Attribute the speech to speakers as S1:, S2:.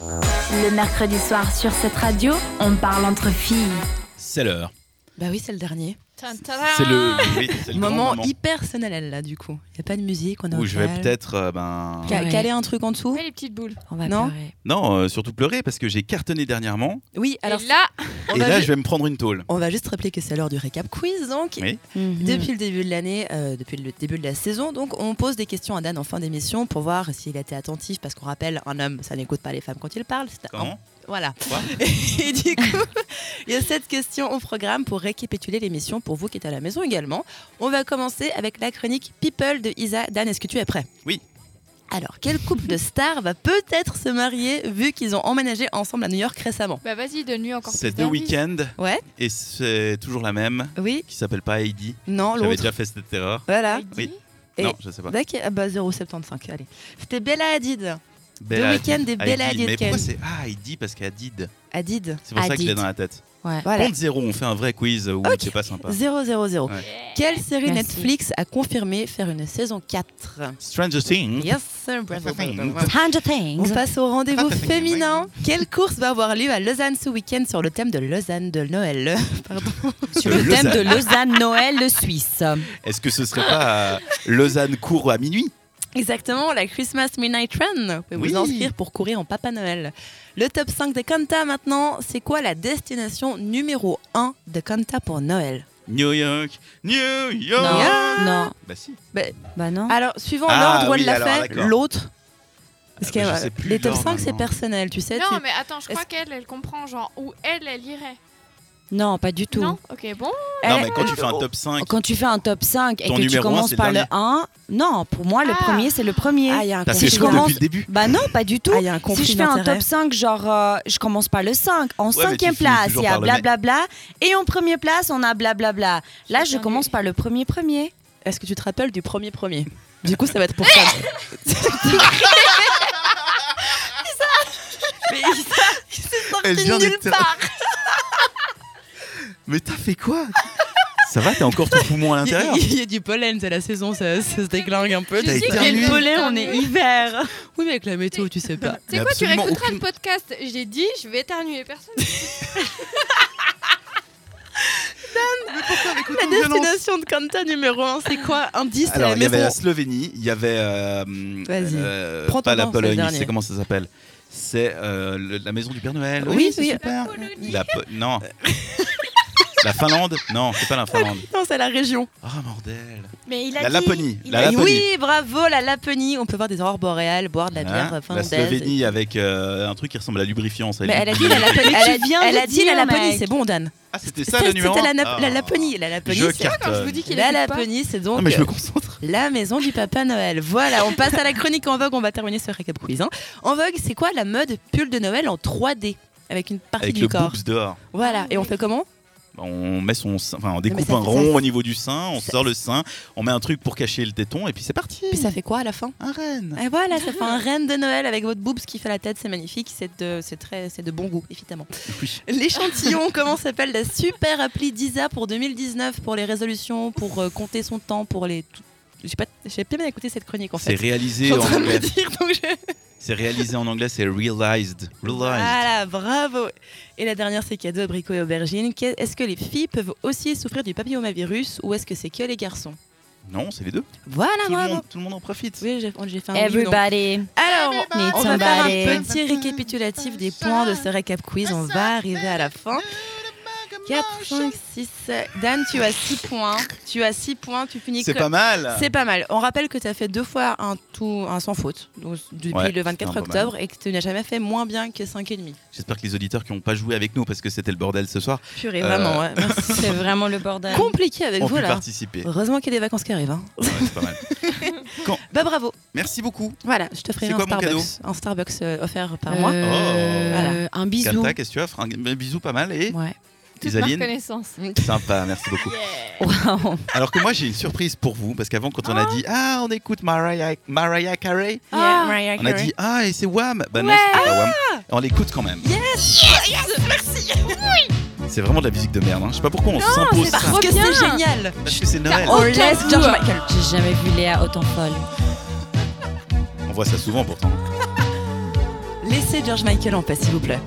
S1: Le mercredi soir sur cette radio, on parle entre filles.
S2: C'est l'heure.
S3: Bah oui, c'est le dernier.
S4: Ah.
S2: C'est le, oui, c'est le grand
S3: moment,
S2: moment
S3: hyper sonalel là, du coup. Il a pas de musique, on est
S2: où
S3: au
S2: je vais
S3: calme.
S2: peut-être euh, ben
S3: Ca-
S4: Ouais.
S3: caler un truc en dessous.
S4: Ouais, les petites boules.
S3: On va
S4: Non
S3: pleurer.
S2: non euh, surtout pleurer parce que j'ai cartonné dernièrement
S3: Oui, alors
S4: Alors là,
S3: on
S2: et
S4: bah,
S3: va,
S2: là
S3: ju-
S2: je vais me prendre une tôle.
S3: on va juste rappeler que c'est l'heure du récap quiz donc.
S2: Oui.
S3: Depuis le début de l'année, euh, depuis le début de la saison, donc on pose des questions à Dan en fin d'émission pour voir s'il était attentif parce qu'on rappelle un homme, ça n'écoute pas les femmes quand il parle. c'est un-
S2: Comment
S3: Voilà.
S2: Quoi
S3: Et du coup, il y a cette question au programme pour récapituler l'émission pour vous qui êtes à la maison également. On va commencer avec la chronique People de Isa. Dan, est-ce que tu es prêt
S2: Oui.
S3: Alors, quel couple de stars va peut-être se marier vu qu'ils ont emménagé ensemble à New York récemment
S4: bah vas-y, donne-lui encore
S2: C'est
S4: plus
S2: deux
S4: d'indices.
S2: week-ends
S3: Ouais.
S2: et c'est toujours la même
S3: Oui
S2: qui s'appelle pas Heidi.
S3: Non,
S2: J'avais
S3: l'autre.
S2: déjà fait cette erreur.
S3: Voilà.
S4: Heidi.
S2: Oui.
S3: Et-
S2: Non, je sais pas.
S3: D'accord, ah bah 0,75, allez. C'était Bella Hadid.
S2: Bella
S3: week-ends
S2: Hadid.
S3: et
S2: Heidi.
S3: Bella Hadid
S2: Mais
S3: Ken.
S2: pourquoi c'est ah Heidi parce qu'elle a Did.
S3: Hadid.
S2: C'est pour ça que je l'ai
S4: Hadid.
S2: dans la tête.
S4: Ouais.
S3: Voilà.
S2: Compte zéro, on fait un vrai quiz euh, où c'est pas sympa.
S3: 000.
S2: Ouais.
S3: Quelle série
S4: Merci.
S3: Netflix a confirmé faire une saison 4
S2: Stranger Things.
S3: Yes, sir, bravo, bravo, bravo. On
S4: Stranger Things.
S3: passe au rendez-vous
S2: Ah, t'as fait
S3: féminin. Quelle course va avoir lieu à Lausanne ce week-end sur le thème de Lausanne de Noël Pardon.
S4: Sur
S2: De
S4: le thème de
S2: Lausanne.
S4: Lausanne, Noël, le Suisse.
S2: Est-ce que ce serait pas euh, Lausanne court à minuit
S3: Exactement, la Christmas Midnight Run. Vous pouvez
S2: Oui.
S3: vous inscrire pour courir en Papa Noël. Le top 5 des Canta maintenant, c'est quoi la destination numéro 1 de Canta pour Noël
S2: New York, New York.
S4: Non,
S3: Yeah.
S4: non,
S2: Bah si.
S4: bah non.
S3: Alors, suivant
S2: Ah,
S3: l'ordre où elle
S2: oui,
S3: l'a
S2: alors,
S3: fait,
S2: d'accord.
S3: l'autre.
S2: Ah,
S3: Parce
S2: mais
S3: que
S2: je
S3: euh,
S2: sais plus
S3: les top
S2: l'ordre,
S3: 5, c'est
S2: maintenant.
S3: personnel, tu sais.
S5: Non,
S3: tu-
S5: mais attends, je
S3: Est-ce-
S5: crois qu'elle, elle comprend, genre, où elle, elle irait.
S4: Non, pas du tout.
S5: Non Ok, bon.
S2: Non
S3: Elle-
S2: mais quand tu fais un top 5,
S4: Quand tu fais un top 5 et
S2: Ton
S4: que tu
S2: numéro un,
S4: commences
S2: c'est le
S4: par le
S2: dernier.
S4: 1, non, pour moi, le
S5: Ah.
S4: premier, c'est le premier.
S3: Ah, il y a un
S2: t'as
S4: si
S3: conflit
S2: fait
S4: je
S2: chaud
S3: d'intérêts.
S4: commence-
S2: depuis le début.
S4: Bah non, pas du tout.
S3: Ah, il y a un conflit
S4: si je fais un
S3: d'intérêts.
S4: top 5, genre, euh, je commence par le 5. En
S2: Ouais, mais tu
S4: cinquième
S2: finis
S4: place,
S2: toujours
S4: il y a
S2: par le même.
S4: blablabla. et en première place, on a blablabla. Là, je
S5: J'étais
S4: commence par le premier premier.
S3: Est-ce que tu te rappelles du premier premier Du coup, ça va être pour ça. Mais Isa, il s'est sorti
S2: Elle vient
S3: de nulle
S2: d'être-
S5: bah,
S3: part.
S2: Mais t'as fait quoi Ça va, t'as encore ton poumon à
S3: Il y, a,
S2: l'intérieur
S3: il y a du pollen, c'est la saison, ça, ça se déglingue un peu.
S5: Je
S2: sais
S3: Il y a
S2: qu'elle
S3: le pollen, on est
S5: t'ennuie.
S3: hiver. Oui, mais avec la météo, tu sais pas.
S5: C'est
S2: Mais
S5: quoi, tu
S2: absolument
S5: réécouteras
S2: aucune-
S5: le podcast J'ai dit, je vais éternuer personne.
S3: La destination de Kanta numéro 1, c'est quoi Indice à
S2: Ah, Alors,
S3: la
S2: il y avait
S3: maison.
S2: la Slovénie, il y avait. euh,
S3: Vas-y.
S2: euh,
S3: Prends ton
S2: pas la
S3: temps, c'est le
S2: Pologne,
S3: dernier.
S2: c'est comment ça s'appelle C'est euh, le- la maison du Père Noël.
S3: Oui,
S2: c'est
S3: oui.
S2: super.
S5: La Pologne.
S2: La Po- non. la Finlande Non, c'est pas la Finlande.
S3: Non, c'est la région.
S2: Ah, bordel.
S5: Mais il a
S2: La
S5: dit-
S2: Laponie.
S5: il
S2: La
S5: a-
S2: Laponie.
S3: Oui, bravo, la Laponie. On peut voir des aurores boréales, boire de la bière euh,
S2: Hein la
S3: finlandaise.
S2: Slovénie avec euh, un truc qui ressemble à lubrifiant. ça,
S3: Mais elle a
S2: dit-
S3: dit la Laponie.
S4: Mais
S3: Elle a,
S4: tu viens
S3: elle
S4: de
S3: a dit la
S4: dire,
S3: Laponie,
S4: mec.
S3: c'est bon, Dan.
S2: Ah, c'était ça le
S3: C'était
S2: numéro
S3: la,
S2: un
S3: Nap- la
S2: Ah.
S3: Laponie. La Laponie,
S2: Je
S3: c'est-
S2: cartonne.
S5: quand je vous dis qu'il
S3: La
S5: écoute pas
S3: Laponie, c'est donc
S2: Non, mais je me
S3: euh,
S2: concentre.
S3: la maison du Papa Noël. Voilà, on passe à la chronique en vogue. On va terminer ce récap quiz. hein. En vogue, c'est quoi la mode pull de Noël en 3D avec une partie
S2: Avec
S3: du
S2: le
S3: corps
S2: boobs dehors.
S3: Voilà, et on fait comment
S2: On met son sein- enfin, on découpe
S3: ça-
S2: un
S3: ça-
S2: rond au niveau du sein, on
S3: ça-
S2: sort le sein, on met un truc pour cacher le téton et puis c'est parti.
S3: Puis ça fait quoi à la fin
S2: Un renne.
S3: Et voilà, ça fait un reine de Noël avec votre boobs qui fait la tête, c'est magnifique, c'est de, c'est très, c'est de bon goût, évidemment.
S2: Oui.
S3: L'échantillon, comment s'appelle la super appli d'ISA pour 2019 pour les résolutions, pour euh, compter son temps, pour les. tout- J'ai pas, j'ai pas bien écouté cette chronique en
S2: C'est
S3: fait. Je
S2: réalisé
S3: suis en
S2: en
S3: train de
S2: anglais.
S3: le dire, donc je-
S2: C'est réalisé en anglais, c'est realized. Realized.
S3: Voilà, bravo. Et la dernière, c'est cadeau, abricot et aubergine. Que- Est-ce que les filles peuvent aussi souffrir du papillomavirus ou est-ce que c'est que les garçons
S2: Non, c'est les deux.
S3: Voilà,
S2: Tout le,
S3: bravo.
S2: monde, tout le monde en profite.
S3: Oui, j'ai j'ai
S4: Hein,
S3: fait un oui ou non.
S4: Everybody.
S3: Alors,
S4: Need
S3: on va faire un
S4: somebody.
S3: petit récapitulatif des points de ce récap quiz. On va arriver à la fin. 4, 5, 6. Dan, tu as 6 points. Tu as 6 points, tu finis
S2: C'est
S3: que-
S2: pas mal.
S3: C'est pas mal. On rappelle que tu as fait deux fois un tout un sans faute donc, depuis
S2: Ouais,
S3: le
S2: c'est
S3: 24
S2: un peu mal.
S3: octobre et que tu n'as jamais fait moins bien que 5,5.
S2: J'espère que les auditeurs qui n'ont pas joué avec nous parce que c'était le bordel ce soir
S3: Purée,
S2: Euh.
S3: vraiment. ouais. Merci.
S4: C'est vraiment le bordel.
S3: compliqué avec
S2: ont
S3: vous
S2: pu
S3: là.
S2: participer.
S3: Heureusement qu'il y a des vacances qui arrivent. hein.
S2: Ouais, c'est pas mal.
S3: Bah bravo.
S2: Merci beaucoup.
S3: Voilà, je te ferai
S2: C'est
S3: un
S2: quoi mon
S3: Starbucks,
S2: cadeau
S3: un Starbucks euh, offert par
S2: Oh.
S3: moi.
S4: Euh,
S3: Voilà.
S4: Un bisou.
S2: Kata, qu'est-ce que tu offres Un bisou pas mal et
S4: Ouais.
S2: des
S5: Toute ma
S2: aliens
S5: reconnaissance.
S2: Sympa, merci beaucoup.
S4: Waouh.
S2: Alors que moi j'ai une surprise pour vous parce qu'avant quand on a
S3: Oh.
S2: dit ah on écoute Mariah, Mariah Carey,
S3: Yeah,
S4: Ah.
S3: Mariah
S2: on a
S3: Carey. Ah.
S2: dit ah et c'est Wham. Bah non c'est pas Wham. On l'écoute quand même. C'est vraiment de la musique de merde. Hein. Je sais pas pourquoi on s'impose ça.
S3: Parce que
S5: bien.
S3: c'est génial.
S2: Parce que c'est Noël.
S3: On
S4: Aucun
S3: laisse
S4: doute.
S3: George Michael.
S4: J'ai jamais vu Léa autant folle.
S2: On voit ça souvent pourtant.
S3: Laissez George Michael en paix, s'il vous plaît.